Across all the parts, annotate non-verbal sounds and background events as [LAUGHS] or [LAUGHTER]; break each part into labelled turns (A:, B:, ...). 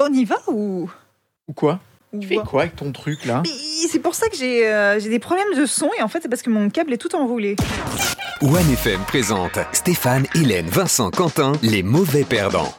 A: On y va ou.
B: Ou quoi
A: ou-
B: Tu fais quoi avec ton truc là
A: Mais C'est pour ça que j'ai euh, j'ai des problèmes de son et en fait, c'est parce que mon câble est tout enroulé.
C: OneFM présente Stéphane, Hélène, Vincent, Quentin, les mauvais perdants.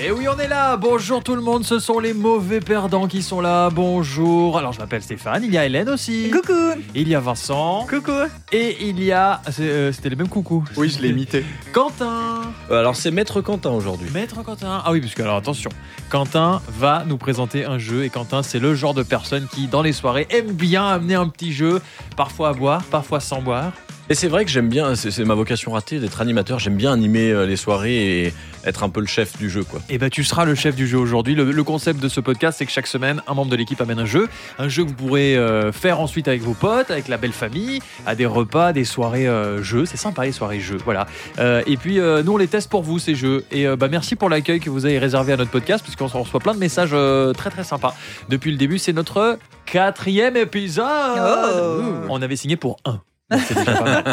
D: Et oui, on est là. Bonjour tout le monde. Ce sont les mauvais perdants qui sont là. Bonjour. Alors, je m'appelle Stéphane. Il y a Hélène aussi.
A: Coucou
D: Il y a Vincent.
A: Coucou
D: Et il y a. c'est, euh, C'était le même coucou.
B: Oui, je l'ai imité.
D: Quentin.
E: Euh, Alors c'est Maître Quentin aujourd'hui.
D: Maître Quentin. Ah oui, parce que alors attention. Quentin va nous présenter un jeu. Et Quentin, c'est le genre de personne qui, dans les soirées, aime bien amener un petit jeu. Parfois à boire, parfois sans boire.
E: Et c'est vrai que j'aime bien, c'est c'est ma vocation ratée d'être animateur, j'aime bien animer euh, les soirées et être un peu le chef du jeu quoi.
D: Et ben tu seras le chef du jeu aujourd'hui. Le, le concept de ce podcast, c'est que chaque semaine, un membre de l'équipe amène un jeu. Un jeu que vous pourrez euh, faire ensuite avec vos potes, avec la belle famille, à des repas, des soirées euh, jeux. C'est sympa les soirées jeux, voilà. Euh, et puis, euh, nous, on les teste pour vous, ces jeux. Et euh, bah, merci pour l'accueil que vous avez réservé à notre podcast, puisqu'on s'en reçoit plein de messages euh, très très sympas. Depuis le début, c'est notre quatrième épisode.
A: Oh.
D: On avait signé pour un. Donc, c'est déjà pas mal.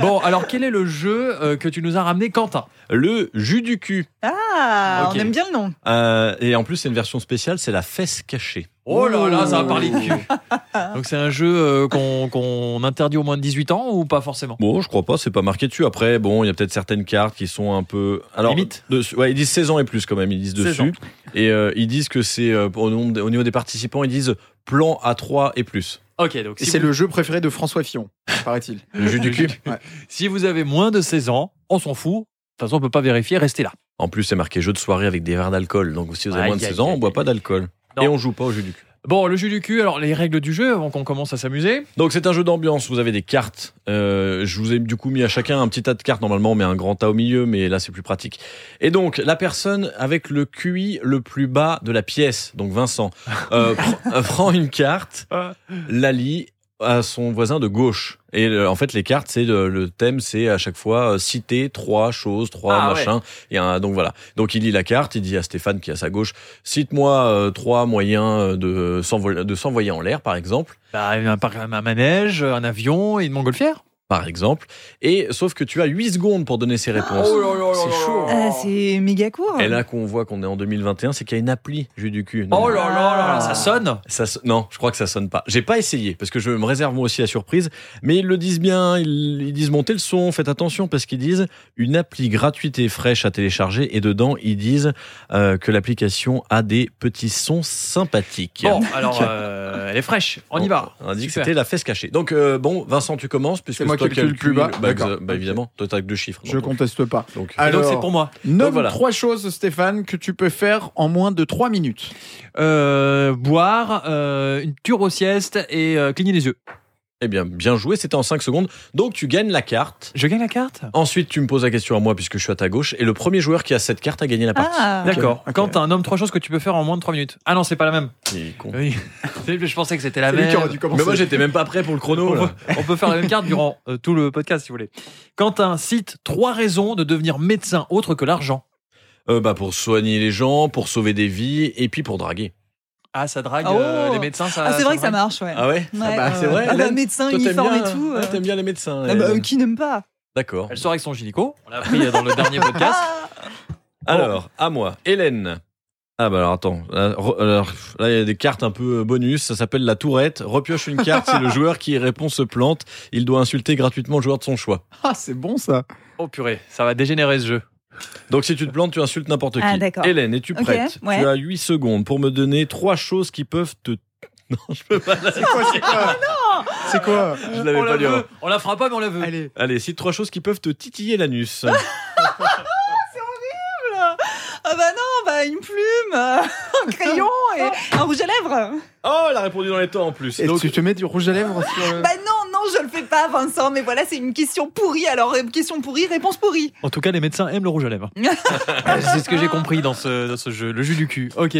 D: bon, alors quel est le jeu euh, que tu nous as ramené, Quentin
E: Le jus du cul.
A: Ah,
D: Ok.
A: on aime bien le nom.
E: Euh, et en plus c'est une version spéciale, c'est la fesse cachée.
D: Oh là là, ça va parler de cul. [LAUGHS]
B: Ouh.
D: Donc c'est un jeu euh, qu'on qu'on interdit au moins de 18 ans ou pas forcément
E: Bon, je crois pas, c'est pas marqué dessus. Après, bon, il y a peut-être certaines cartes qui sont un peu. Alors,
D: Limite.
E: de- ouais, ils disent 16 ans et plus quand même, ils disent
D: 16 ans.
E: dessus. Et euh, ils disent que c'est, euh, au, nombre de- au niveau des participants, ils disent plan A3 et plus.
D: Ok, donc
B: Et
D: si
B: c'est
D: vous,
B: le jeu préféré de François Fillon, paraît-il.
E: Le jus du cul.
D: si vous avez moins de 16 ans, on s'en fout. De toute façon, on peut pas vérifier, restez là.
E: En plus, c'est marqué jeu de soirée avec des verres d'alcool. Donc, si vous avez
D: Aïe,
E: moins de
D: aïe,
E: 16 ans,
D: aïe,
E: on boit pas d'alcool.
D: Non.
E: Et on joue pas au jus du cul.
D: Bon, le jeu du cul, alors les règles du jeu avant qu'on commence à s'amuser.
E: Donc c'est un jeu d'ambiance, vous avez des cartes. Euh, je vous ai du coup mis à chacun un petit tas de cartes. Normalement on met un grand tas au milieu, mais là c'est plus pratique. Et donc la personne avec le QI le plus bas de la pièce, donc Vincent,
D: [LAUGHS]
E: euh, pr- euh, prend une carte, la lit à son voisin de gauche. Et euh, en fait les cartes, c'est le, le thème, c'est à chaque fois euh, citer trois choses, trois
D: Ah, ouais.
E: machins. Et un- donc voilà. Donc il lit la carte, il dit à Stéphane qui est à sa gauche, cite-moi euh, trois moyens euh, de s'envoler- de s'envoyer en l'air par exemple
D: Bah, un, par- un manège, un avion et une montgolfière.
E: par exemple. Et sauf que tu as 8 secondes pour donner ces réponses.
B: oh
D: c'est
E: Oh.
D: chaud. hein.
A: Ah, c'est méga court.
E: Et là qu'on voit qu'on est en 2021, c'est qu'il y a une appli jus du cul. Non,
D: Oh là là là, là, ça
A: Ah.
D: sonne.
E: ça so- non, je crois que ça sonne pas. J'ai pas essayé parce que je me réserve moi aussi la surprise. Mais ils le disent bien, ils, ils disent montez le son, faites attention parce qu'ils disent une appli gratuite et fraîche à télécharger. Et dedans, ils disent euh, que l'application a des petits sons sympathiques.
D: Bon, alors euh, elle est fraîche, on y va.
E: On a dit que
D: Super.
E: c'était la fesse cachée. Donc euh, bon, Vincent, tu commences puisque
B: C'est moi
E: toi
B: qui ai le
E: as
B: cul le plus
E: Bah,
B: bas.
E: exa-
B: D'accord.
E: bah, évidemment, toi t'as que deux chiffres.
B: Je
E: Donc,
B: conteste pas.
E: donc- euh,
D: Et donc
B: Alors,
D: c'est pour moi.
B: Nomme
E: voilà.
B: trois choses, Stéphane, que tu peux faire en moins de trois minutes.
D: Euh, boire, euh, une cure aux siestes et euh, cligner les yeux.
E: Eh bien, bien joué, c'était en 5 secondes. Donc, tu gagnes la carte.
D: Je gagne la carte
E: Ensuite, tu me poses la question à moi puisque je suis à ta gauche. Et le premier joueur qui a cette carte a gagné la partie.
A: Ah,
D: D'accord.
B: Ok, ok.
D: Quand t'as un homme, trois choses que tu peux faire en moins de 3 minutes. Ah non, c'est pas la même.
E: Il est con.
D: [LAUGHS] Oui. Je pensais que c'était la
B: C'est
D: même.
B: lui qui aurait dû commencer.
E: Mais moi, j'étais même pas prêt pour le chrono.
D: on,
E: là.
D: peut, on peut faire la même carte durant euh, tout le podcast si vous voulez. Quentin cite trois raisons de devenir médecin autre que l'argent.
E: Euh, bah, pour soigner les gens, pour sauver des vies et puis pour draguer.
D: Ah, ça drague
A: Oh.
D: euh, les médecins. Ça,
A: Ah, c'est vrai que ça
D: drague.
A: marche, ouais.
E: Ah ouais
A: Ouais,
B: bah, c'est vrai,
A: ah, bah,
E: Hélène,
A: médecin,
E: Toi, t'aimes
A: uniforme
E: bien,
A: et tout.
E: ah,
A: euh.
E: t'aimes bien les médecins.
A: Ah, bah,
E: Hélène.
A: qui n'aime pas
E: D'accord.
D: Elle sort avec son gynéco. On l'a appris euh, dans le dernier
A: Ah.
D: podcast.
E: Alors, à moi. Hélène. Ah bah alors attends, Là, re- alors, là, il y a des cartes un peu euh, bonus, ça s'appelle la tourette, repioche une
A: [LAUGHS]
E: carte, si le joueur qui y répond se plante, il doit insulter gratuitement le joueur de son choix.
B: Ah, c'est bon ça.
D: [LAUGHS] Oh purée, ça va dégénérer ce jeu.
E: Donc si tu te plantes, tu insultes n'importe qui.
A: Ah, d'accord.
E: Hélène, es-tu
A: Ok,
E: prête
A: ouais.
E: Tu as 8 secondes pour me donner trois choses qui peuvent te...
D: Oh,
E: Non, je peux pas.
B: C'est quoi C'est
A: Ah,
B: quoi C'est quoi
E: Je l'avais
D: on
E: pas
D: la
E: lu avant.
D: veut.
B: hein.
D: On la fera pas, mais on la veut.
B: Allez.
E: Allez, cite trois choses qui peuvent te titiller l'anus.
A: Ah bah non, bah une plume, euh, un crayon et un rouge à lèvres.
E: oh, elle a répondu dans les temps en plus.
B: Et
E: Donc,
B: tu te mets du rouge à lèvres sur le-
A: Bah non, non, je le fais pas, Vincent. Mais voilà, c'est une question pourrie. Alors euh, question pourrie, réponse pourrie.
D: En tout cas, les médecins aiment le rouge à [LAUGHS] lèvres. c'est ce que j'ai compris dans ce, dans ce jeu, le jus du cul. Ok.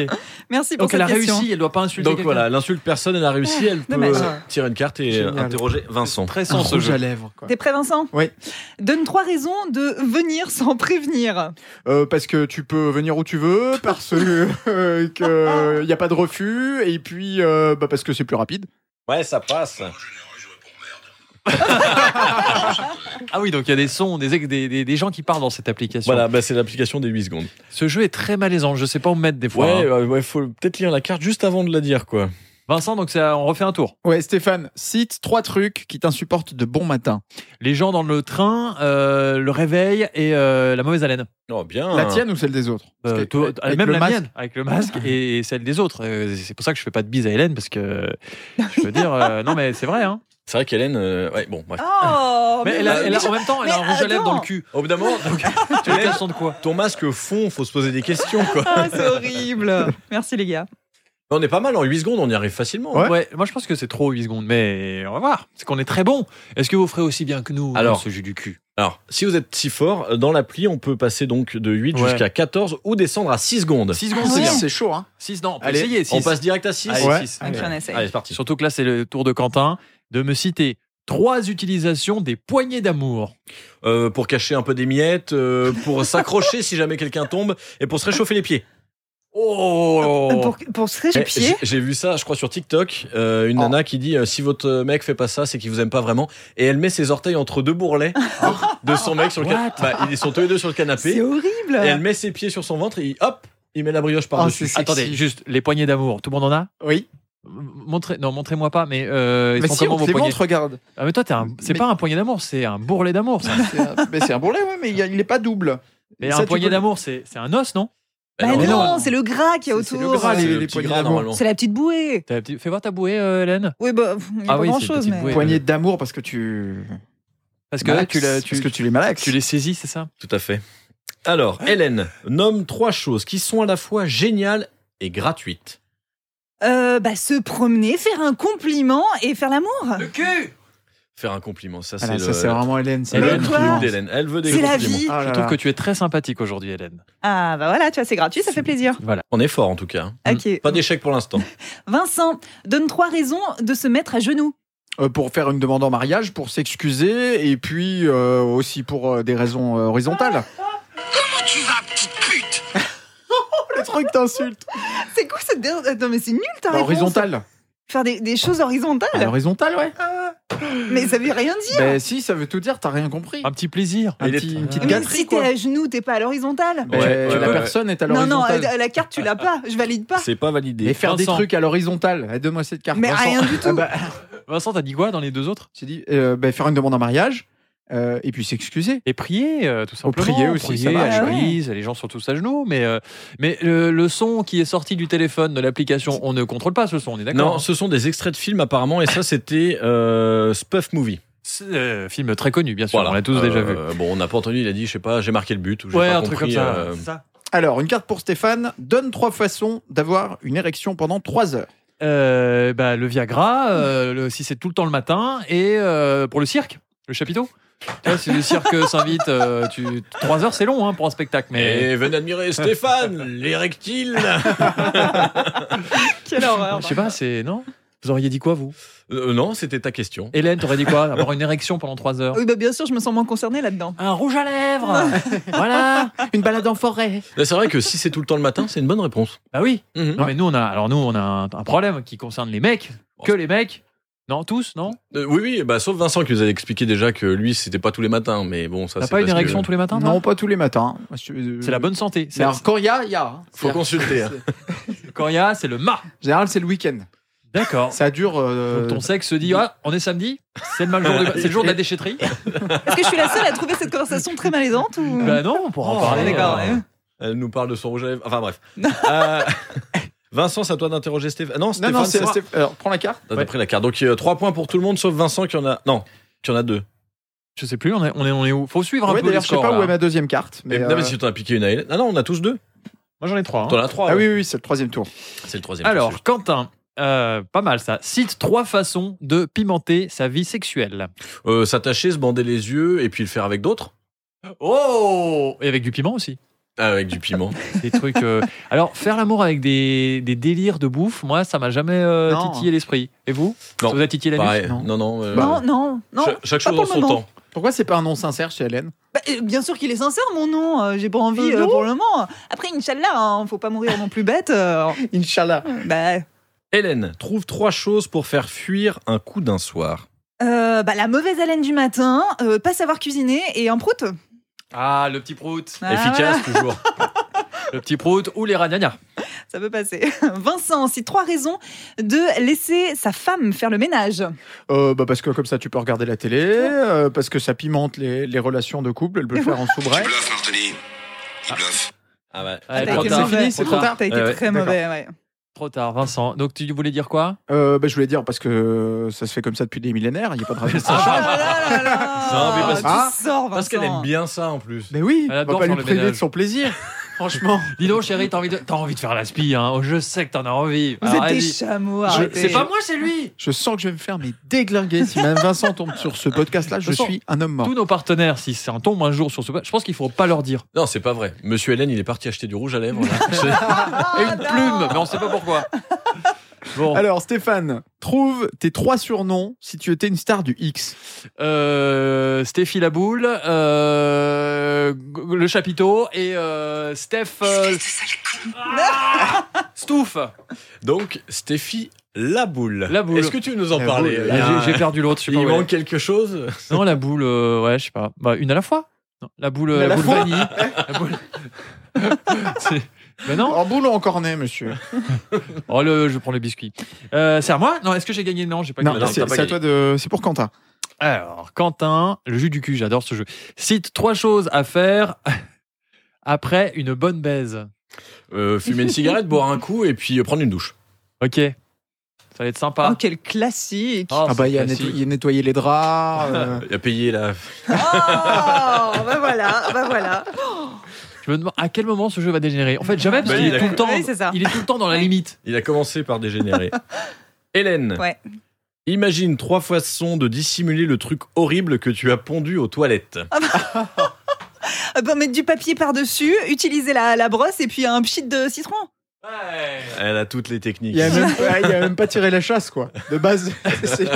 A: Merci pour
D: Donc elle a
A: cette question.
D: réussi, elle doit pas insulter.
E: donc
D: quelqu'un.
E: voilà, elle insulte personne, elle a réussi,
A: Ah,
E: elle peut
A: dommage.
E: euh, tirer une carte et
B: Génial.
E: interroger Vincent.
D: Très
B: Un
D: sans ce
B: rouge
D: jeu.
B: à lèvres. quoi.
A: T'es prêt, Vincent
B: Oui.
A: Donne trois raisons de venir sans prévenir.
B: Euh, parce que tu peux venir où tu veux, parce que euh, que y a pas de refus, et puis euh, bah, parce que c'est plus rapide.
E: Ouais, ça passe.
D: Ah oui, donc il y a des sons, des, ex- des, des- des gens qui parlent dans cette application.
E: Voilà, bah, c'est l'application des 8 secondes.
D: Ce jeu est très malaisant, je sais pas où me mettre des fois.
E: Ouais,
D: hein.
E: ouais, ouais, faut peut-être lire la carte juste avant de la dire, quoi.
D: Vincent, donc c'est à- on refait un tour.
B: Ouais, Stéphane, cite trois trucs qui t'insupportent de bon matin.
D: Les gens dans le train, euh, le réveil et euh, la mauvaise haleine.
E: Oh, bien.
B: La tienne ou celle des autres Parce
D: Euh,
B: que-
D: toi-
B: avec
D: même
B: le
D: la
B: masque-
D: mienne, avec le masque et, et celle des autres. Euh, c'est pour ça que je fais pas de bise à Hélène parce que je veux dire, euh, non mais c'est vrai. Hein.
E: C'est vrai qu'Hélène. euh, ouais, bon, bref.
A: Oh,
D: Mais elle a-
A: oui,
D: elle a-
A: je-
D: en même temps, elle a
A: mais
D: un rouge à lèvres dans le
A: attends.
D: cul.
E: Au bout d'un moment,
A: [LAUGHS]
E: donc,
D: Tu veux qu'elle sente quoi
E: ton masque fond, faut se poser des questions, quoi.
A: Ah, c'est horrible. Merci les gars.
E: On est pas mal en 8 secondes, on y arrive facilement. hein.
B: Ouais.
D: Ouais, moi je pense que c'est trop 8 secondes, mais on va voir. C'est qu'on est très bon. Est-ce que vous ferez aussi bien que nous
E: Alors.
D: ce jus du cul
E: Alors, si vous êtes si fort, euh, dans l'appli, on peut passer donc de 8
D: Ouais.
E: jusqu'à 14 ou descendre à 6 secondes.
D: 6 secondes,
A: Ah
D: c'est
A: ouais.
D: bien.
B: C'est chaud, hein
D: 6, non, on peut
B: Allez,
D: essayer. six.
E: On passe direct à 6
D: Allez,
B: Ouais.
D: six.
A: Donc, j'en essaye.
E: Allez, c'est parti.
D: Surtout que là, c'est le tour de Quentin de me citer trois utilisations des poignées d'amour.
E: Euh, pour cacher un peu des miettes, euh, pour [LAUGHS] s'accrocher si jamais quelqu'un tombe et pour se réchauffer les pieds.
D: Oh
A: Euh, Pour, pour se
E: Eh,
A: réchauffer.
E: j'ai- J'ai vu ça, je crois, sur TikTok, euh, une
B: Oh.
E: nana qui dit euh, si votre mec fait pas ça, c'est qu'il vous aime pas vraiment. Et elle met ses orteils entre deux bourrelets de son mec sur le canapé. ils sont tous les deux sur le canapé.
A: C'est
E: Et
A: horrible.
E: elle met ses pieds sur son ventre et hop, il met la brioche par-dessus.
B: c'est-
D: Attendez,
B: sexy.
D: juste les poignées d'amour, tout le monde en a
B: Oui.
D: M- Montrez, non, montrez-moi pas, mais euh, ils
B: Mais
D: sont
B: si,
D: comment
B: on te
D: vos
B: les
D: poignées
B: montre, regarde.
D: [LAUGHS] Ah, mais toi, t'es un- c'est
B: Mais-
D: pas un poignet d'amour, c'est un bourrelet d'amour.
B: [LAUGHS]
D: ça.
B: C'est un- mais c'est un bourrelet, ouais, mais il y a- il est pas double.
D: Ah. Mais
B: Ça,
D: un
B: tu
D: poignet
B: peux-
D: d'amour, c'est c'est un os, non
A: Bah
E: Ah, Mais
A: non,
E: non.
A: c'est le gras qu'il y a
B: C'est- c'est
A: autour. Euh,
B: le gras,
E: C'est
B: les-
E: le
B: les
E: petit
B: poignées
E: gras,
B: d'amour.
E: normalement.
A: C'est la petite bouée.
D: T'as la petite- Fais voir ta bouée, euh, Hélène.
A: Oui, bah, pff, il y a
D: Ah
A: pas
D: oui, c'est
A: grand
D: une
A: chose,
D: petite
A: mais.
D: bouée.
B: Poignée d'amour parce que tu.
D: Parce que là, tu, la- tu,
B: Parce que tu les malaxes.
D: tu les saisis, c'est ça
E: Tout à fait. Alors, Hélène, nomme trois choses qui sont à la fois géniales et gratuites.
A: Euh, bah, se promener, faire un compliment et faire l'amour.
D: cul
E: Faire un compliment, ça
B: Ah là,
E: c'est
B: ça, c'est
E: le...
B: vraiment Hélène. ça.
E: Hélène,
A: Mais quoi
E: truc d'Hélène. Elle veut des
A: C'est la
E: compliments.
A: vie.
B: Ah là
D: Je trouve
B: là.
D: que tu es très sympathique aujourd'hui, Hélène.
A: Ah, bah voilà, tu vois, c'est gratuit, ça fait plaisir.
D: Voilà.
E: On est fort en tout cas.
A: Ok.
E: Pas d'échec pour l'instant.
A: Vincent, donne trois raisons de se mettre à genoux.
B: Euh, pour faire une demande en mariage, pour s'excuser, et puis euh, aussi pour euh, des raisons euh, horizontales. Comment tu vas, petite pute Le truc t'insulte.
A: C'est quoi cette. dernière- Attends, mais c'est nul ta
B: Bah,
A: réponse.
B: horizontal.
A: Faire des, des choses
B: Ah,
A: horizontales.
B: horizontal, ouais.
A: Mais ça veut rien dire.
B: Ben si, ça veut tout dire, t'as rien compris.
D: Un petit plaisir.
B: Un
E: il est-
B: petit- une petite
A: Mais
B: gâterie,
A: si t'es
B: quoi.
A: à genoux, t'es pas à l'horizontale.
B: Ben,
E: Ouais, ouais,
B: la
E: ouais.
B: personne est à
A: Non, non,
B: l'horizontale.
A: euh, la carte, tu l'as pas. Je valide pas.
E: C'est pas validé.
B: Et faire des
D: Vincent.
B: trucs à l'horizontale. Eh, Donne-moi cette carte.
A: Mais
B: Vincent.
A: rien du tout.
B: Ah, bah,
D: Vincent, t'as dit quoi dans les deux autres
B: j'ai dit, euh, ben, faire une demande en mariage, euh, et puis s'excuser.
D: Et prier, euh, tout
B: Oh,
D: simplement.
B: prier aussi, ça
D: à
B: marche.
D: la
A: Ah ouais.
D: l'église, les gens sont tous à genoux. Mais, euh, mais le, le son qui est sorti du téléphone, de l'application, on ne contrôle pas ce son, on est
E: Non,
D: d'accord
E: ce sont des extraits de films apparemment, et ça c'était euh, Spuff Movie.
D: C'est, euh, film très connu, bien sûr, on l'a tous
E: Euh,
D: déjà vu.
E: Bon, on n'a pas entendu, il a dit, je sais pas, j'ai marqué le but, ou j'ai
D: Ouais,
E: pas
D: un
E: compris.
D: truc comme ça.
E: euh,
B: Alors, une carte pour Stéphane. Donne trois façons d'avoir une érection pendant trois heures.
D: Euh, bah, le Viagra, euh, le- si c'est tout le temps le matin, et euh, pour le cirque, le chapiteau. Tu vois, si le cirque s'invite, euh, tu... 3 heures c'est long hein, pour un spectacle, mais
E: Et Eh, venez
D: [LAUGHS]
E: admirer Stéphane, l'érectile
A: [LAUGHS] Quelle horreur.
D: je sais pas, c'est. Non Vous auriez dit quoi, vous
E: Euh, Non, c'était ta question.
D: Hélène, t'aurais dit quoi Avoir une érection pendant 3 heures
A: Oui, bah bien sûr, je me sens moins concernée là-dedans.
D: Un rouge à lèvres Voilà
B: Une balade en forêt.
E: Là, C'est vrai que si c'est tout le temps le matin, c'est une bonne réponse.
D: Bah oui
E: Mhm.
D: Non, mais nous, on a, alors nous, on a un, un problème qui concerne les mecs, que les mecs. Non, tous, non
E: Euh, oui, oui, bah, sauf Vincent qui nous avait expliqué déjà que lui, c'était pas tous les matins, mais bon, ça
D: T'as
E: c'est
D: pas une
E: parce que-
D: érection tous les matins toi
B: Non, pas tous les matins. hein.
D: C'est la bonne santé.
B: C'est
D: C'est
B: euh, alors quand il y a, il y a. hein.
E: Faut
B: C'est-
E: consulter. hein.
D: Quand il y a, c'est le mât.
B: En général, c'est le week-end.
D: D'accord.
B: Ça dure. euh,
D: Donc ton sexe se dit ah, on est samedi, c'est le, mal jour de- c'est le jour de
B: [LAUGHS]
D: la déchetterie.
A: Est-ce que je suis la seule à trouver cette conversation très malaisante ou...
D: bah non, on pourra en
A: Oh,
D: parler.
A: d'accord,
D: euh,
A: ouais.
E: Elle nous parle de son rouge à lèvres. Enfin bref. Euh, [LAUGHS] Vincent, c'est à toi d'interroger Stéphane. Non,
B: Non,
E: Stéphane,
B: non, c'est.
E: c'est moi.
B: c'est- Alors, prends la carte.
E: T'as pris la carte. Donc, euh, trois points pour tout le monde, sauf Vincent qui en a. Non, qui en a deux.
D: Je sais plus, on est, on est, on est où Faut suivre un
B: Ouais,
D: peu les
B: d'ailleurs, je sais
D: scores.
B: pas où
D: là.
B: est ma deuxième carte.
E: Mais,
B: Mais,
E: non, mais
B: euh,
E: si t'en as piqué une à Hélène. Ah non, on a tous deux.
D: Moi j'en ai trois. hein.
E: T'en as trois.
B: Ah
E: ouais.
B: oui, oui, oui, c'est le troisième tour.
E: C'est le troisième.
D: Alors,
E: c'est
D: Quentin, euh, pas mal ça. Cite trois façons de pimenter sa vie sexuelle.
E: juste. Euh, S'attacher, se bander les yeux et puis le faire avec d'autres.
D: Oh Et avec du piment aussi.
E: Avec du piment.
D: Des trucs. euh, Alors, faire l'amour avec des, des délires de bouffe, moi ça m'a jamais euh,
B: Non.
D: titillé l'esprit. Et vous
E: Non.
D: Ça vous a titillé la nuit
E: Pareil.
B: non.
E: Non, non. euh,
A: Non, Bah. non, non.
E: cha- chaque
A: pas
E: chose
A: pour
E: en
A: le
E: son
A: moment.
E: temps.
B: Pourquoi c'est pas un nom sincère chez Hélène
A: Bah, euh, bien sûr qu'il est sincère, mon nom. euh, J'ai pas envie
B: Euh,
A: euh,
B: non.
A: pour le moment. Après, Inch'Allah, hein, faut pas mourir non plus bête. euh,
B: Inch'Allah.
A: bah,
E: Hélène, trouve trois choses pour faire fuir un coup d'un soir.
A: Euh, bah, la mauvaise haleine du matin, euh, pas savoir cuisiner et en prout.
D: Ah, le petit prout.
A: Ah,
E: Efficace toujours.
D: [LAUGHS] Le petit prout ou les ragnagnas.
A: Ça peut passer. [LAUGHS] Vincent, c'est trois raisons de laisser sa femme faire le ménage.
B: Euh, bah parce que comme ça, tu peux regarder la télé, euh, parce que ça pimente les, les relations de couple, elle peut le faire en
F: Tu
B: soubrette.
F: bluffes, Martini. Tu bluffes.
E: Ah ouais.
D: Ah,
A: T'as
D: trop
A: été
D: tard.
A: mauvais.
D: C'est fini, c'est trop tard.
A: T'as été
E: Ouais, ouais,
A: très mauvais, ouais.
D: Trop tard, Vincent. Donc tu voulais dire quoi
B: Euh, bah, je voulais dire, parce que ça se fait comme ça depuis des millénaires, il n'y a pas de
D: [LAUGHS]
B: raison.
A: Oh là là là là
E: Non, mais parce-
A: Tu
B: Ah,
A: sors, Vincent.
E: Parce qu'elle aime bien ça en plus.
B: Mais oui,
D: Elle
B: on va
D: adore
B: pas
D: faire
B: lui
D: le
B: priver de
D: ménage.
B: son plaisir. Franchement.
D: Dis donc, chérie, t'as envie, de... t'as envie de faire la spie, hein. Oh, Je sais que t'en as envie.
A: Vous
D: Alors,
A: êtes des
D: vas-y.
A: chameaux,
D: Ah, Je-
A: arrêtez.
D: C'est pas moi, c'est lui.
B: Je sens que je vais me faire mais déglinguer. Si même Vincent tombe sur ce podcast-là, je
D: façon,
B: suis un homme mort.
D: Tous nos partenaires, si ça en tombe un jour sur ce, je pense qu'il faut pas leur dire.
E: Non, c'est pas vrai. Monsieur Hélène, il est parti acheter du rouge à lèvres. là. C'est-
A: Ah,
D: Et une plume, mais on sait
A: [LAUGHS]
D: pas pourquoi. Bon,
B: Alors Stéphane, trouve tes trois surnoms si tu étais une star du X.
D: euh, Stéphie la boule, euh, G- le chapiteau et euh, Steph euh, [LAUGHS] Stouff.
B: Ah,
E: Donc, Stéphie Laboule.
D: La boule.
E: Est-ce que tu veux nous en
B: La
E: parler
B: boule.
E: Hélène
D: Ah, J'ai j'ai perdu l'autre, je sais
E: Il
D: pas où elle
E: manque quelque chose
D: est. Non, la boule, euh, ouais, je sais pas. Bah, une à la fois. Non, la boule, euh,
B: à la
D: la boule
B: fois. [LAUGHS]
D: vanille. La boule. [LAUGHS] C'est- Ben non.
B: En boule ou en cornet, monsieur
D: Oh, le, je prends le biscuit. Euh, c'est à moi Non, est-ce que j'ai gagné Bah Non, j'ai pas
B: Non,
D: gagné. Ah,
B: c'est
E: t'as pas
B: c'est à
E: gagné.
B: toi de. C'est pour Quentin.
D: Alors, Quentin, le jus du cul, j'adore ce jeu. Cite trois choses à faire [LAUGHS] après une bonne baise.
E: Euh, Fumer une cigarette, boire un coup et puis euh, prendre une douche.
D: Ok. Ça va être sympa.
A: Oh, quel classique
D: Oh,
B: ah bah il y a
D: c'est
B: netto-
D: facile.
B: il y a nettoyer les draps. euh,
D: [LAUGHS]
E: Il a payé la.
A: Oh Bah voilà, bah voilà
D: Je me demande à quel moment ce jeu va dégénérer. En fait, jamais parce
E: Bah,
D: qu'il
E: il
D: est
E: a-
D: tout le temps.
A: Oui, c'est ça.
D: Il est tout le temps dans la limite.
E: Il a commencé par
A: [LAUGHS]
E: dégénérer. Hélène.
A: Ouais.
E: Imagine trois façons de dissimuler le truc horrible que tu as pondu aux toilettes.
A: Ah bah, Mettre du papier par-dessus, utiliser la, la brosse et puis un pchit de citron.
E: Elle a toutes les techniques.
B: Il y a même, ouais, il y a même pas tiré la chasse quoi. De base, [LAUGHS] c'est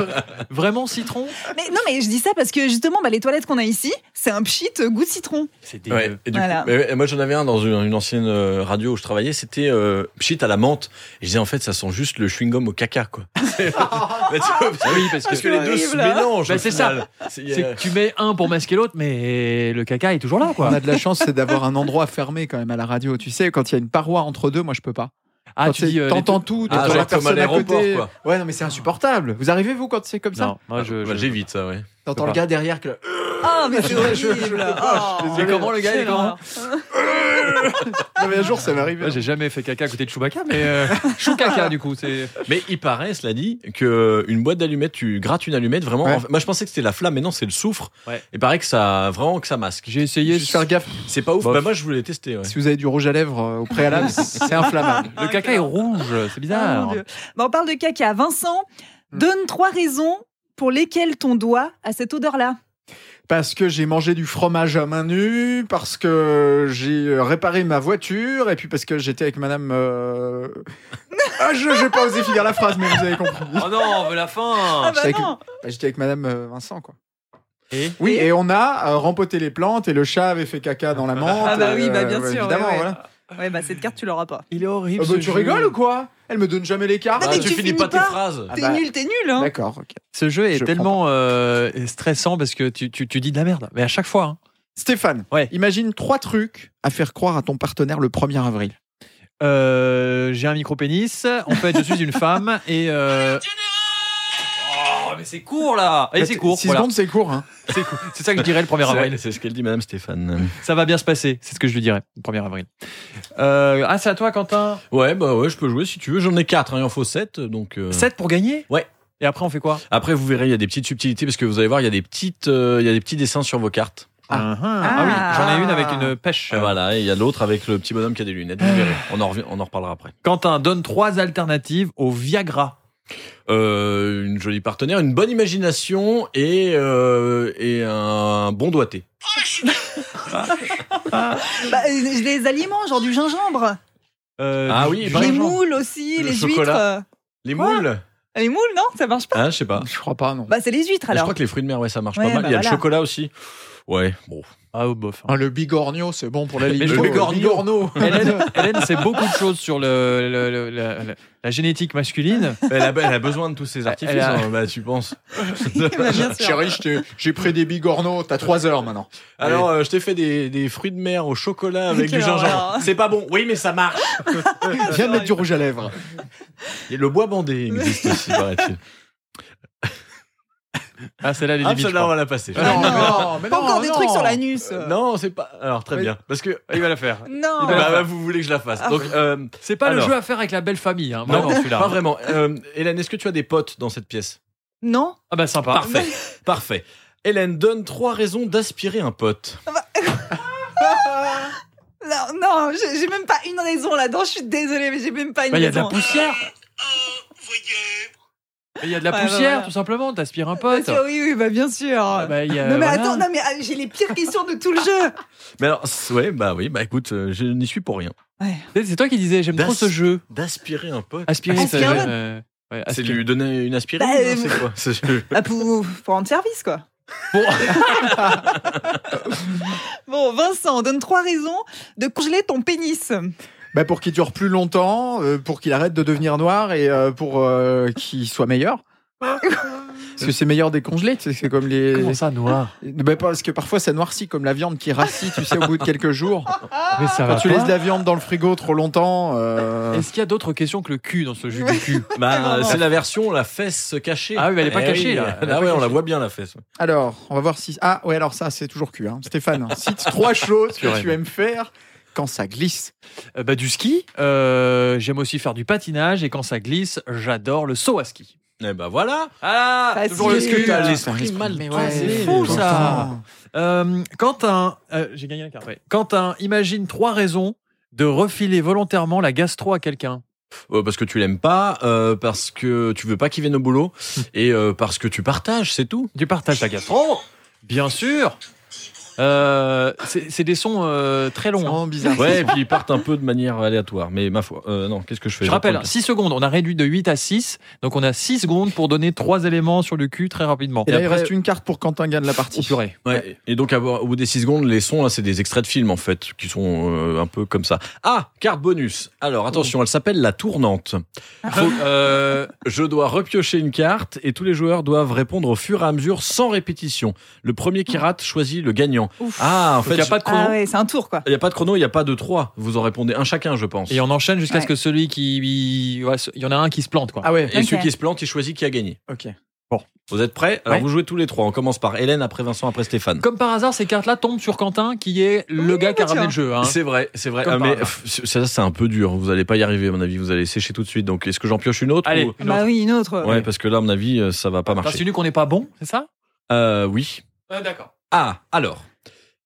D: Vraiment citron
A: Mais non, mais je dis ça parce que justement, bah, les toilettes qu'on a ici, c'est un pchit euh, goût de citron.
D: C'est dégueu.
E: Ouais, et du
A: Voilà.
E: coup- mais ouais, moi j'en avais un dans une, une ancienne euh, radio où je travaillais, c'était euh, pchit à la menthe. Et je disais en fait ça sent juste le chewing-gum au caca quoi. [LAUGHS] Bah, tu vois,
D: Ah Oui, parce
E: parce
D: que.
E: que les deux se
A: horrible, hein.
E: mélangent.
D: Bah,
E: au
D: c'est ça.
E: final. C'est- euh, il y a-
D: C'est que tu mets un pour masquer l'autre, mais le caca est toujours là,
B: On
D: quoi.
B: a de la chance, c'est d'avoir un endroit fermé quand même à la radio. Tu sais, quand il y a une paroi entre deux, moi je peux pas.
D: Ah,
B: Quand
D: tu
B: c'est-
D: dis. euh, les
B: t'entends tout,
E: Ah,
B: t'entends
E: genre
B: la
E: comme à
B: personne à
E: l'aéroport,
B: côté.
E: quoi.
B: Ouais, non mais c'est insupportable. Vous arrivez vous quand c'est comme
D: deux-
B: ça
D: Non, moi je.
E: Bah,
D: je-
E: j'évite ça ouais.
B: T'entends le
D: pas.
B: gars derrière que euh,
A: Ah, mais c'est
B: Je- je-
A: horrible
B: je- je-
A: Oh.
B: je- je-
D: Mais comment le gars il est
A: Quelle
D: comment
A: horreur.
B: Non, mais un jour ça m'est
D: Moi,
B: arrivé.
D: J'ai jamais fait caca à côté de Chewbacca, mais. euh, [LAUGHS] Chou caca, du coup. C'est.
E: Mais il paraît, cela dit, que euh, une boîte d'allumettes, tu grattes une allumette vraiment.
B: Ouais.
E: en fait- moi je pensais que c'était la flamme, mais non c'est le soufre.
D: Ouais.
E: Et paraît que ça vraiment que ça masque.
D: J'ai essayé.
B: Juste faire gaffe
E: C'est pas ouf.
D: Bof.
E: Bah, moi je voulais tester. ouais.
B: si vous avez du rouge à lèvres euh, au préalable, c'est inflammable.
D: Le caca est rouge, c'est
A: Ah,
D: bizarre. Hmm.
A: mon Dieu. Bah, on parle de caca. Vincent, donne trois raisons pour lesquelles ton doigt a cette odeur-là.
B: Parce que j'ai mangé du fromage à main nue, parce que j'ai euh, réparé ma voiture, et puis parce que j'étais avec madame. euh, Ah, je n'ai pas osé finir la phrase, mais vous avez compris.
D: Oh non, on veut la fin
A: Ah bah
B: c'est que-
A: non
B: Bah, j'étais avec madame euh, Vincent, quoi.
D: Et
B: oui, et on a euh, rempoté les plantes, et le chat avait fait caca dans la menthe.
A: Ah bah oui,
B: et,
A: bah
B: euh,
A: bien
B: ouais,
A: sûr.
B: Évidemment,
A: ouais, ouais.
B: voilà.
A: Ouais, bah cette carte, tu l'auras pas.
D: Il est horrible.
B: Ah bah, tu rigoles ou quoi Elle me donne jamais les cartes.
A: Ah, mais
E: tu,
A: tu
E: finis
A: finis
E: pas tes
A: pas.
E: phrases.
B: Ah
A: T'es
B: bah,
A: nul, t'es nul, hein
B: D'accord, ok.
D: Ce jeu est
B: Je
D: tellement euh, stressant parce que tu, tu, tu dis de la merde, mais à chaque fois. hein.
B: Stéphane,
D: Ouais.
B: imagine trois trucs à faire croire à ton partenaire le 1er avril.
D: Euh, J'ai un micro-pénis, en fait, je suis une femme et. euh, Oh,
E: Ah,
D: mais c'est court là
E: Bah,
D: Allez, c'est court,
B: 6
D: voilà.
B: secondes, c'est court. hein.
D: C'est court. C'est ça que je dirais le 1er avril.
E: C'est- C'est ce qu'elle dit Madame Stéphane.
D: Ça va bien se passer, c'est ce que je lui dirais, le 1er avril. Euh, ah, c'est à toi, Quentin
E: Ouais, bah ouais, je peux jouer si tu veux. J'en ai 4, il en faut 7. Donc, euh,
D: 7 pour gagner
E: Ouais.
D: Et après, on fait quoi
E: Après, vous verrez, il y a des petites subtilités parce que vous allez voir, il y a des, petites, euh, il y a des petits dessins sur vos cartes.
D: Ah, ah oui, j'en ai une avec une pêche.
E: Et Ah, Voilà, et il y a l'autre avec le petit bonhomme qui a des lunettes. Vous verrez, on en, revient- on en reparlera après.
D: Quentin, donne trois alternatives au Viagra.
E: Euh, une jolie partenaire, une bonne imagination et, euh, et un bon doigté.
A: Bah, euh, les aliments, genre du gingembre,
D: Euh,
E: Ah
D: du-
E: oui,
D: du
E: par
A: les
D: gingembre.
A: moules aussi,
E: Le
A: les
E: chocolat.
A: huîtres.
E: Les
A: Quoi
E: moules
A: Les moules, non Ça marche pas
E: Ah, je sais pas.
B: Je crois pas, non.
A: Bah c'est les huîtres
E: Je
A: alors.
E: crois que les fruits de mer, ouais, ça marche
A: Ouais,
E: pas mal.
A: bah
E: il y a le
A: voilà.
E: chocolat aussi. Ouais, bon.
D: Ah, oh,
E: [LAUGHS]
D: bof.
B: Ah, le bigorneau, c'est bon pour la
D: Mais
B: libido.
D: je-
E: Bigorneau.
B: bigorneau.
D: Hélène, Hélène sait beaucoup de choses sur le, le- le- la, la- la génétique masculine.
E: Elle a, elle a besoin de tous ces artifices,
D: Elle a-
E: hein, bah, tu penses.
A: [LAUGHS] Bah, bien
D: [LAUGHS]
A: sûr.
B: Chérie, je t'ai- j'ai pris des bigorneaux. T'as 3 heures maintenant.
E: Alors, euh, je t'ai fait des, des fruits de mer au chocolat avec du
A: Quelle
E: gingembre.
A: horreur.
E: C'est pas bon. Oui, mais ça marche.
B: Viens mettre du rouge à lèvres.
E: Et le bois bandé existe aussi, [LAUGHS] paraît-il.
D: Ah, celle-là, elle est
E: Ah,
D: limite. je
E: celle-là, on
D: crois.
E: va la passer.
B: Non, non, mais
A: Pas
B: non,
A: encore des
B: non.
A: trucs sur l'anus.
E: Euh, Non, c'est pas. Alors, très
B: Oui.
E: bien. Parce que.
D: Il va la faire.
A: Non.
D: ben,
E: bah, bah, vous voulez que je la fasse. Donc, euh,
D: C'est pas
E: Alors.
D: le jeu à faire avec la belle famille, hein,
E: non,
D: vraiment celui-là.
E: pas Ah, vraiment. Euh, Hélène, est-ce que tu as des potes dans cette pièce
A: Non.
D: Ah bah sympa.
E: Parfait. Parfait. Hélène, donne trois raisons d'aspirer un pote.
A: [LAUGHS] Non, non, j'ai j'ai même pas une raison là-dedans. Je suis désolée, mais j'ai même pas une
D: Bah, il y a de la
A: raison.
D: poussière. Il y a de la
A: Ouais, bah,
D: poussière,
A: voilà.
D: tout simplement. T'aspires un
A: Bien
D: pote.
A: sûr, oui, oui, bah bien sûr.
D: Ah bah, il y a-
A: non mais
D: voilà.
A: attends, non mais ah, j'ai les pires questions de tout le jeu.
E: Mais alors, c'est- ouais, bah oui, bah écoute, euh, je n'y suis pour rien.
D: C'est c'est toi qui disais j'aime
E: Das-
D: trop ce jeu.
E: D'aspirer un pote.
D: Aspirer.
A: Aspirer.
D: ça, j'aime, euh, ouais,
E: C'est
D: aspirer.
E: lui donner une aspirine
A: Bah,
E: hein,
A: euh,
E: C'est quoi C'est-
A: Ah, pour, pour rendre service quoi.
D: Bon.
A: [LAUGHS] Bon, Vincent, donne trois raisons de congeler ton pénis. Ah
B: Bah, pour qu'il dure plus longtemps, euh, pour qu'il arrête de devenir noir et euh, pour euh, qu'il soit meilleur. Parce que c'est meilleur décongelé, tu sais, c'est comme les.
D: Comment ça noir
B: Bah, parce que parfois ça noircit comme la viande qui rassit, tu sais, au bout de quelques jours.
A: Ah.
D: Mais ça
B: Quand
D: va
B: tu
D: pas.
B: laisses la viande dans le frigo trop longtemps. euh,
D: Est-ce qu'il y a d'autres questions que le cul dans ce
A: [LAUGHS]
D: jeu du cul
E: [LAUGHS] Bah,
A: Vraiment.
E: c'est la version la fesse cachée.
D: Ah oui, mais elle est pas
E: Eh
D: cachée,
E: oui.
D: là. Elle est
E: Ah
D: pas
E: ouais, on
D: cachée.
E: la voit bien la fesse.
B: Alors, on va voir si. Ah, ouais, alors ça, c'est toujours cul. Hein.
D: [LAUGHS]
B: Stéphane, cite trois choses que
E: Purée.
B: tu aimes faire quand ça glisse.
D: Euh, Bah du ski. Euh, J'aime aussi faire du patinage et quand ça glisse, j'adore le saut à ski.
E: Eh bah voilà.
D: Ah
A: Facile.
D: toujours le ski.
E: T'as
B: Ah,
E: l'esprit
B: putain,
E: mal
B: mais
D: Ah, c'est
B: ouais,
D: fou
B: les
D: ça.
B: enfants.
D: Euh, quand un, euh, j'ai gagné un quart. ouais. Quand un, imagine trois raisons de refiler volontairement la gastro à quelqu'un.
E: Euh, parce que tu l'aimes pas, euh, parce que tu veux pas qu'il vienne
D: [LAUGHS]
E: au boulot et euh, parce que tu partages, c'est tout.
D: Du partage la
B: Oh
D: gastro, bien sûr. Euh, c'est c'est des sons euh, très
B: C'est
D: longs. hein.
B: vraiment bizarre.
E: Ouais, et puis ils partent un peu de manière aléatoire. Mais ma foi, euh, non, qu'est-ce que je fais
D: Je rappelle,
E: reprends
D: 6 secondes. On a réduit de 8 à 6. Donc on a 6 secondes pour donner 3 éléments sur le cul très rapidement.
B: Et là, il
E: après-
B: reste une carte pour Quentin gagne la
D: Oh,
B: partie.
D: purée.
E: le- Ouais, Et donc, à- au bout des 6 secondes, les sons, là, c'est des extraits de films, en fait, qui sont euh, un peu comme ça. Ah, carte bonus. Alors, attention, elle s'appelle La Tournante. Faut- euh, je dois repiocher une carte et tous les joueurs doivent répondre au fur et à mesure sans répétition. Le premier qui rate choisit le gagnant.
A: Ouf.
E: Ah, en
D: Donc il
E: fait,
D: n'y a pas de chrono.
A: Ah ouais, c'est un tour quoi.
E: il n'y a pas de chrono, il n'y a pas de 3. Vous en répondez un chacun, je pense.
D: Et on enchaîne jusqu'à ce
A: Ouais.
D: que celui qui. ouais, ce- Il y en a un qui se plante, quoi.
B: Ah ouais,
E: Et
A: Ok.
E: celui qui se plante, il choisit qui a gagné.
B: ok.
E: Vous êtes prêts Alors
D: Ouais.
E: vous jouez tous les trois. On commence par Hélène, après Vincent, après Stéphane.
D: Comme par hasard, ces cartes-là tombent sur Quentin, qui est le
A: Oui,
D: gars qui a
A: bah,
D: ramené le
A: tiens.
D: jeu. hein.
E: C'est vrai, c'est vrai.
D: Comme
E: Ah,
D: par
E: mais
D: hasard.
E: pff, ça, c'est un peu dur. Vous n'allez pas y arriver, à mon avis. Vous allez sécher tout de suite. Donc, est-ce que j'en pioche une autre
D: Allez.
E: ou-
D: Une
A: bah
D: autre.
A: oui, une autre.
E: Ouais, parce que là, à mon avis, euh, ça va pas marcher.
D: T'insinues qu'on n'est pas bon, c'est ça
E: Euh, oui.
D: D'accord.
E: Ah, alors.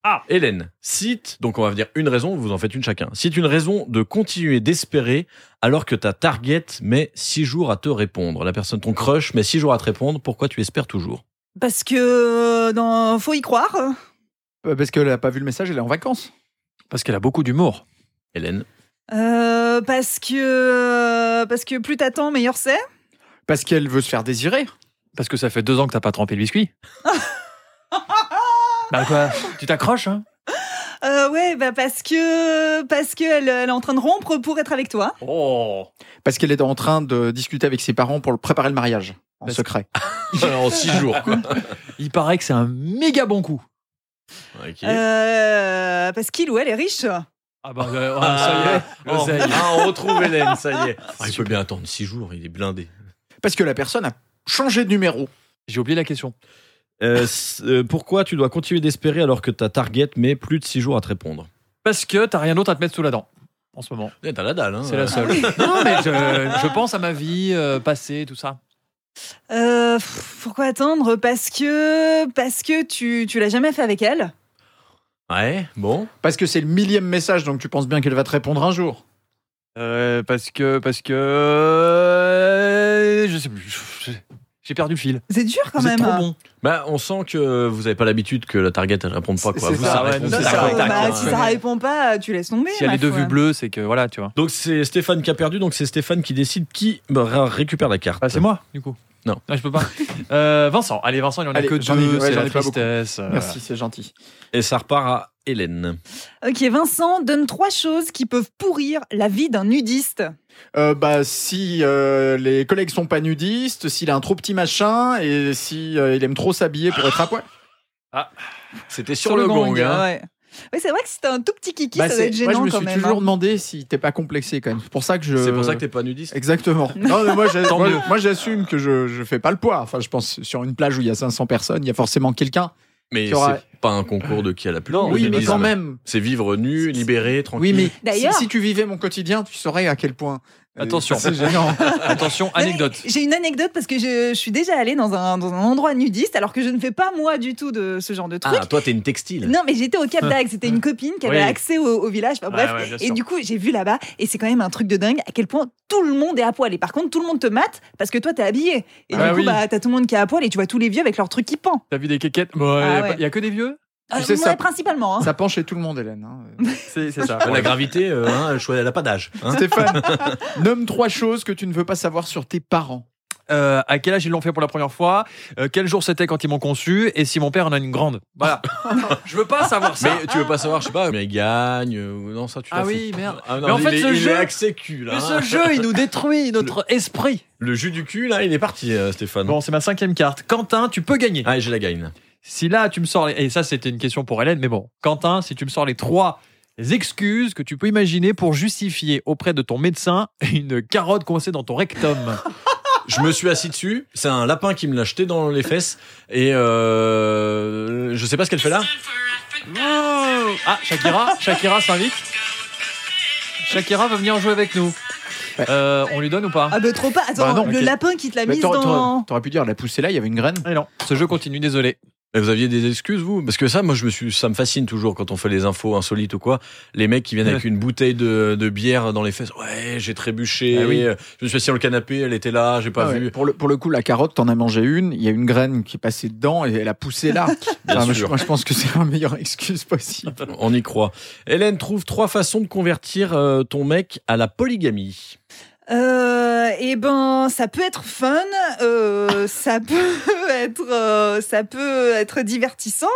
D: Ah.
E: Hélène, cite, donc on va venir une raison, vous en faites une chacun. Cite une raison de continuer d'espérer alors que ta target met six jours à te répondre. La personne, ton crush, met six jours à te répondre. Pourquoi tu espères toujours
A: Parce que euh, dans... faut y croire.
B: Euh, Parce qu'elle a pas vu le message, elle est en vacances.
D: Parce qu'elle a beaucoup d'humour.
E: Hélène
A: Euh, parce que parce que plus t'attends, meilleur c'est.
B: Parce qu'elle veut se faire désirer.
D: Parce que ça fait deux ans que t'as pas trempé le [LAUGHS] biscuit. bah quoi Tu t'accroches, hein
A: Euh, ouais, bah parce que parce que elle, elle est en train de rompre pour être avec toi.
D: Oh
B: Parce qu'elle est en train de discuter avec ses parents pour le préparer le mariage. En
D: Parce-
B: secret.
E: [LAUGHS] En six jours, quoi.
D: Il paraît que c'est un méga bon coup.
E: Ok.
A: Euh, parce qu'il ou elle est riche.
D: Ah bah,
E: Ah,
D: ça y est, l'oseille.
E: ah, on retrouve Hélène, ça y est. Ah, il peut bien attendre 6 jours, il est blindé.
B: Parce que la personne a changé de numéro.
D: J'ai oublié la question.
E: Euh, pourquoi tu dois continuer d'espérer alors que ta target met plus de 6 jours à te répondre
D: Parce que t'as rien d'autre à te mettre sous la dent en ce moment.
E: T'as la dalle, hein
D: C'est la [LAUGHS] seule. non, mais je, je pense à ma vie euh, passée, tout ça.
A: Euh, pff, pourquoi attendre Parce que parce que tu tu l'as jamais fait avec elle.
E: Ouais, bon.
B: Parce que c'est le millième message, donc tu penses bien qu'elle va te répondre un jour.
D: Euh, parce que. Parce que. euh, Je sais plus. J'ai perdu le fil.
A: C'est dur quand
D: Vous
A: même.
D: êtes trop bon.
E: Bah, on sent que vous n'avez pas l'habitude que la target elle réponde pas quoi.
B: C'est
E: Vous,
B: ça, ouais,
E: répond,
B: nous,
E: c'est
B: c'est
E: ça,
B: ça,
E: ouais,
A: bah,
E: tac,
B: ouais.
E: hein.
A: si ça répond pas, tu laisses tomber.
D: Si elle
A: ma
D: a les deux
A: foi.
D: vues bleues, c'est que voilà, tu vois.
E: Donc c'est Stéphane qui a perdu, donc c'est Stéphane qui décide qui bah, ré- récupère la carte.
D: Ah, moi, du coup. Ah,
E: Non.
D: je peux pas. [LAUGHS] Euh, Vincent, allez, Vincent, il en a
B: Allez,
D: que
B: j'en ai-
D: deux.
B: ouais,
D: c'est
B: j'en
D: la
B: ai pas beaucoup.
D: tristesse. euh,
B: Merci, c'est gentil.
E: Et ça repart à Hélène.
A: Ok, Vincent, donne trois choses qui peuvent pourrir la vie d'un nudiste.
B: Euh, bah, si euh, les collègues sont pas nudistes, s'il a un trop petit machin et si euh, il aime trop s'habiller pour être à
A: [GASPS]
B: poil.
E: C'était sur, le, gong. hein.
A: ouais. Oui, c'est vrai que si t'as un tout petit kiki,
B: Bah,
A: ça
B: c'est-
A: va être gênant
B: moi, je me
A: quand
B: suis
A: même.
B: toujours
A: hein.
B: demandé si t'es pas complexé quand même. C'est pour ça que je.
E: C'est pour ça que t'es pas nudiste.
A: [LAUGHS]
B: Exactement. Non, mais moi, j'ai-
D: Tant
B: moi,
D: mieux.
B: moi, j'assume que je, je fais pas le poids. Enfin, je pense sur une plage où il y a 500 personnes, il y a forcément quelqu'un.
E: Mais
B: Tu auras-
E: c'est pas un concours de qui a la plus
D: Non,
E: longue,
B: oui,
E: le
B: mais
E: nudisme.
B: quand même.
E: C'est vivre nu, libéré,
B: Oui,
E: tranquille.
B: mais si,
A: D'ailleurs-
B: si tu vivais mon quotidien, tu saurais à quel point. euh,
D: Attention.
B: C'est
A: [LAUGHS]
B: gênant.
D: Attention,
A: Non, mais
D: anecdote.
A: J'ai une anecdote parce que je, je suis déjà allée dans un, dans un endroit nudiste alors que je ne fais pas moi du tout de ce genre de truc.
E: Ah, toi, t'es une textile.
A: Non, mais j'étais au Cap d'Agde. C'était une copine qui avait
D: Oui.
A: accès au, au village. Enfin, bref.
D: Ah, Ouais, ouais, bien
A: et
D: sûr.
A: du coup, j'ai vu là-bas. Et c'est quand même un truc de dingue à quel point tout le monde est à poil. Et par contre, tout le monde te mate parce que toi, t'es habillé. Et
D: Ah
A: du coup,
D: oui.
A: bah, t'as tout le monde qui est à poil et tu vois tous les vieux avec leur truc qui pend.
D: T'as vu des quéquettes Bon,
A: Ah
D: Il
A: ouais.
D: y a que des vieux
B: Tu
A: Euh,
B: sais,
A: moi,
B: ça-
A: principalement. hein.
B: ça penche chez tout le monde, Hélène. hein.
A: [LAUGHS]
D: C'est c'est ça.
E: Ah, La gravité, euh, hein, elle cho- elle a pas d'âge.
B: [LAUGHS]
E: hein.
B: Stéphane, nomme trois choses que tu ne veux pas savoir sur tes parents.
D: Euh, à quel âge ils l'ont fait pour la première fois Euh, Quel jour c'était quand ils m'ont conçu Et si mon père en a une grande Voilà. je veux pas savoir ça.
E: Mais tu veux pas savoir, je sais pas, mais il gagne. euh, non, ça, tu
D: Ah
E: t'en
D: oui,
E: fous.
D: merde.
E: Ah non,
D: Mais en
E: il
D: fait,
E: est-
D: ce
E: il
D: jeu-
E: est axé cul, là,
D: Mais
E: hein.
D: ce jeu, il nous détruit notre esprit.
E: Le jus du cul, là, il est parti, euh, Stéphane.
D: Bon, c'est ma cinquième carte. Quentin, tu peux gagner.
E: Allez, je la gagne.
D: Si là, tu me sors. les- Et ça, c'était une question pour Hélène, mais bon. Quentin, si tu me sors les trois excuses que tu peux imaginer pour justifier auprès de ton médecin [LAUGHS] une carotte coincée dans ton rectum.
E: Je me suis assis dessus. C'est un lapin qui me l'a jeté dans les fesses. Et euh, je sais pas ce qu'elle fait là.
D: Ah, Shakira, Shakira s'invite. Shakira va venir jouer avec nous. Euh, on lui donne ou pas
A: Ah, bah, trop pas. Attends,
B: Bah non,
A: le
B: ok.
A: lapin qui te l'a
B: Mais
A: mise
B: t'aurais-
A: dans.
B: t'aurais- T'aurais pu dire, la poussée là, il y avait une graine.
D: Et Eh non, ce jeu continue, désolé.
E: Et vous aviez des excuses, vous Parce que ça, moi, je me suis, ça me fascine toujours quand on fait les infos insolites ou quoi. Les mecs qui viennent avec une bouteille de, de bière dans les fesses. Ouais, j'ai trébuché.
D: Ah oui.
E: euh, Je me suis assis sur le canapé, elle était là, j'ai pas
B: Ah ouais.
E: vu.
B: Pour, le, pour le coup, la carotte, t'en as mangé une, il y a une graine qui est passée dedans et elle a poussé [LAUGHS] là.
E: Bien
B: moi, je,
E: sûr.
B: moi, je pense que c'est la meilleure excuse possible.
E: On y croit. Hélène trouve trois façons de convertir euh, ton mec à la polygamie.
A: Euh, eh ben, ça peut être fun, euh, [LAUGHS] ça peut être, euh, ça peut être divertissant.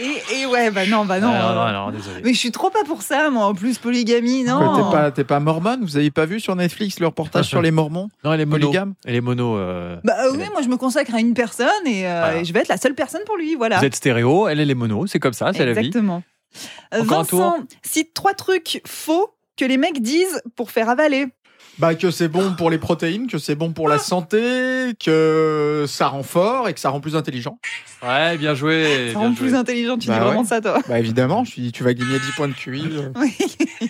A: Et, et ouais, bah non, bah non.
D: Ah, non, non, désolé.
A: Mais je suis trop pas pour ça, moi. En plus, polygamie, non.
B: Quoi, T'es pas, t'es pas mormone Vous avez pas vu sur Netflix le reportage sur les [LAUGHS] mormons
D: Non, elle est mono.
B: polygames
D: Elle est mono. euh,
A: Bah euh, oui, moi je me consacre à une personne et, euh,
D: Voilà.
A: et je vais être la seule personne pour lui, voilà.
D: Vous êtes stéréo, elle, elle est mono, c'est comme ça, c'est la vie.
A: Exactement. Euh,
D: Encore un
A: Vincent, cite trois trucs faux que les mecs disent pour faire avaler.
B: Bah que c'est bon pour les protéines, que c'est bon pour la santé, que ça rend fort et que ça rend plus intelligent.
D: Ouais, bien joué.
A: Ça
D: Eh bien
A: rend
D: joué.
A: plus intelligent, tu
B: Bah
A: dis
B: ouais.
A: vraiment ça,
D: [LAUGHS]
A: toi.
B: Bah évidemment, je suis dit, tu vas gagner 10 points de QI. euh.
A: Oui.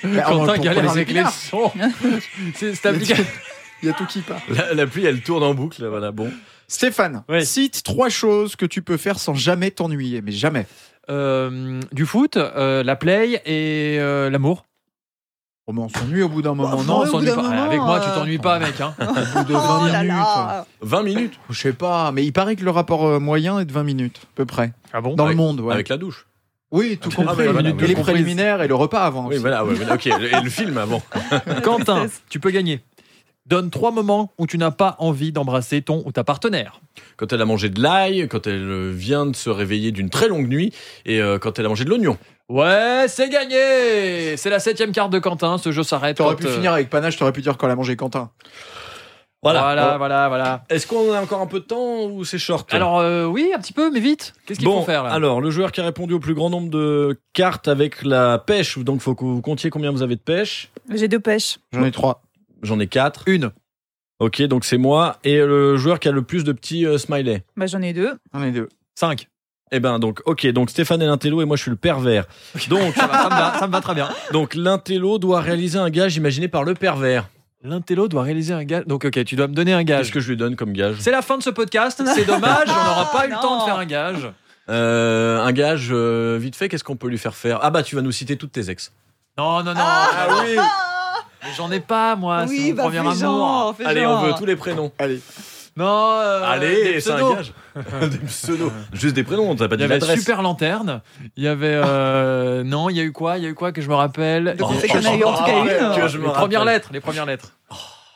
B: Mais avant, pour-
D: Quentin
B: pour
D: galère
B: les
D: avec les
B: épinards,
D: sons.
B: Il
D: c'est c'est
B: y, a
D: appliqué.
B: tout- il y a tout qui part.
E: La, la pluie, elle tourne en boucle, là, voilà, bon.
B: Stéphane,
D: Oui.
B: cite trois choses que tu peux faire sans jamais t'ennuyer, mais jamais.
D: Euh, du foot, euh, la play et euh, l'amour.
B: Oh, mais on s'ennuie au bout d'un moment,
A: Bah,
B: Oh non
A: ouais, au
D: on
A: bout
D: s'ennuie
A: d'un
D: pas.
A: moment,
D: Avec moi, tu
A: euh,
D: t'ennuies pas, mec. hein.
B: Au bout de 20
A: Oh là
B: minutes.
A: là.
E: 20 minutes
B: Je sais pas, mais il paraît que le rapport euh, moyen est de 20 minutes, à peu près,
D: Ah bon
B: dans
E: Avec-
B: le monde. Ouais.
E: avec la douche.
B: Oui, tout
E: Ah,
B: compris.
E: oui, voilà,
B: et
E: oui,
B: les
D: compris.
B: préliminaires et le repas avant.
E: Oui,
B: aussi.
E: voilà, ouais, voilà, ok. Et le film avant.
D: Quentin,
A: Tristesse.
D: tu peux gagner. Donne trois moments où tu n'as pas envie d'embrasser ton ou ta partenaire.
E: Quand elle a mangé de l'ail, quand elle euh, vient de se réveiller d'une très longue nuit, et euh, quand elle a mangé de l'oignon.
D: Ouais, c'est gagné C'est la septième carte de Quentin, ce jeu s'arrête.
B: T'aurais
D: quand,
B: pu
D: euh,
B: finir avec panache, t'aurais pu dire qu'on l'a mangé Quentin.
E: Voilà.
D: Voilà, voilà,
E: Voilà.
D: voilà.
E: Est-ce qu'on a encore un peu de temps ou c'est short
D: Alors euh, oui, un petit peu, mais vite. Qu'est-ce qu'il
E: bon,
D: faut faire là
E: alors le joueur qui a répondu au plus grand nombre de cartes avec la pêche, donc faut que vous comptiez combien vous avez de pêche.
A: J'ai deux pêches.
B: J'en ai trois.
E: J'en ai 4.
D: Une.
E: Ok, donc c'est moi. Et le joueur qui a le plus de petits euh, smileys.
A: Bah j'en ai deux.
B: J'en ai deux.
D: Cinq.
E: Eh ben donc, ok, donc Stéphane est l'intello et moi je suis le pervers. Donc,
D: Ça, va, ça me va, ça me va très bien.
E: donc l'intello doit réaliser un gage imaginé par le pervers.
D: [LAUGHS] L'intello doit réaliser un gage. Donc ok, tu dois me donner un
E: Qu'est-ce
D: gage.
E: que je lui donne comme gage
D: C'est la fin de ce podcast. C'est dommage, on n'aura pas eu le
A: Non.
D: temps de faire un gage.
E: Euh, Un gage euh, vite fait. Qu'est-ce qu'on peut lui faire faire Ah bah tu vas nous citer toutes tes ex.
D: Non, non, non.
B: Ah oui
D: Mais J'en ai pas moi. c'est
A: oui,
D: mon
A: bah
D: premier
A: fais
D: amour.
A: genre, fais
E: Allez, on
A: genre.
E: veut tous les prénoms.
B: Allez.
D: Non. euh, des
E: Allez, c'est un
D: pseudos.
E: gage. [LAUGHS] des pseudos. Juste des prénoms. T'as pas
D: Il y
E: dit
D: avait
E: l'adresse.
D: Super Lanterne, il y avait. euh,
B: [LAUGHS]
D: non, il y a eu quoi Il y a eu quoi que je me rappelle
A: Donc,
D: Il y
A: on
D: a-
A: sait qu'on a eu en tout cas
E: Oh,
A: une.
E: que je me
D: Les premières
E: rappelle.
D: lettres, les premières lettres.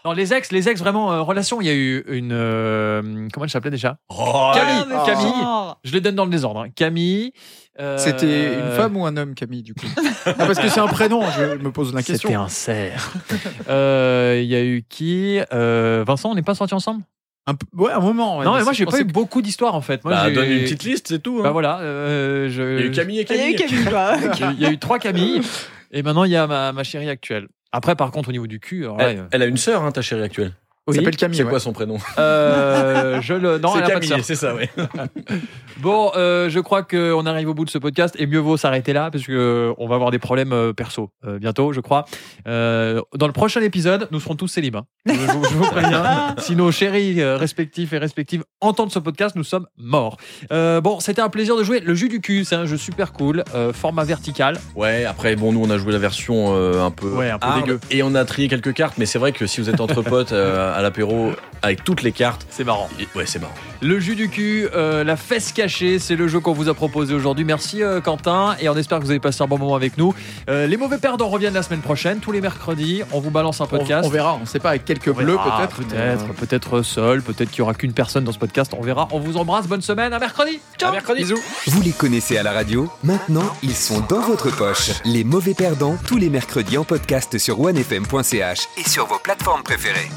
D: Non, les ex, les ex, vraiment, euh, relation, il y a eu une. euh, comment elle s'appelait déjà
E: Oh,
D: Camille,
A: Ah, mais
D: Camille.
A: genre.
D: Je les donne dans le désordre. hein. Camille. euh,
B: C'était une femme ou un homme, Camille, du coup
D: [LAUGHS]
B: Ah, Parce que c'est un prénom, je me pose la
D: C'était
B: question.
D: un cerf. [LAUGHS] Euh, Il y a eu qui Euh, Vincent, on n'est pas sortis ensemble
B: Un p- Ouais, un moment. ouais, bah,
D: Non, mais moi,
B: c'est-
D: j'ai
B: je
D: pas eu
B: pensais
D: beaucoup d'histoires en fait. Moi,
E: Bah,
D: j'ai-
E: donne une petite liste, c'est tout. hein.
D: Bah voilà. euh, je-
E: Il y a eu Camille et
A: Il y
E: Camille.
A: a eu Camille, quoi.
D: [LAUGHS] Il y a eu- il y a eu trois Camille. Et maintenant, il y a ma, ma chérie actuelle. Après, par contre, au niveau du cul, alors là,
E: Elle, elle a une sœur, hein, ta chérie actuelle.
B: que-
D: Oui.
B: s'appelle Camille.
E: C'est
B: ouais.
E: quoi son prénom
D: euh, je le. Non,
E: C'est
D: elle a pas de sœur.
E: Camille, c'est ça, ouais.
D: Bon, euh, je crois qu'on arrive au bout de ce podcast et mieux vaut s'arrêter là parce que euh, on va avoir des problèmes euh, perso euh, bientôt, je crois. Euh, dans le prochain épisode, nous serons tous célibes. hein. Je, je vous- je vous préviens. si nos chéris euh, respectifs et respectives entendent ce podcast, nous sommes morts. Euh, bon, c'était un plaisir de jouer le jus du cul. C'est un jeu super cool, euh, format vertical.
E: Ouais, après, bon, nous, on a joué la version euh, un peu,
D: Ouais, un peu
E: hard,
D: dégueu.
E: Et on a trié quelques cartes, mais c'est vrai que si vous êtes entre [LAUGHS] potes euh, à l'apéro avec toutes les cartes,
D: C'est marrant.
E: et- ouais, c'est marrant.
D: Le jus du cul, euh, la fesse cachée, c'est le jeu qu'on vous a proposé aujourd'hui. Merci euh, Quentin et on espère que vous avez passé un bon moment avec nous. Euh, les mauvais perdants reviennent la semaine prochaine, tous les mercredis. On vous balance un
B: On-
D: podcast.
B: On, verra, on sait pas, avec quelques
D: On
B: bleus
D: verra, Ah,
B: peut-être. mais, euh,
D: Peut-être, peut-être seul, peut-être qu'il n'y aura qu'une personne dans ce podcast. On verra. On vous embrasse. Bonne semaine. À mercredi. Ciao. mercredi. Bisous.
C: Vous les connaissez à la radio Maintenant, ils sont dans votre poche. Les mauvais perdants, tous les mercredis en podcast sur onefm.ch et sur vos plateformes préférées.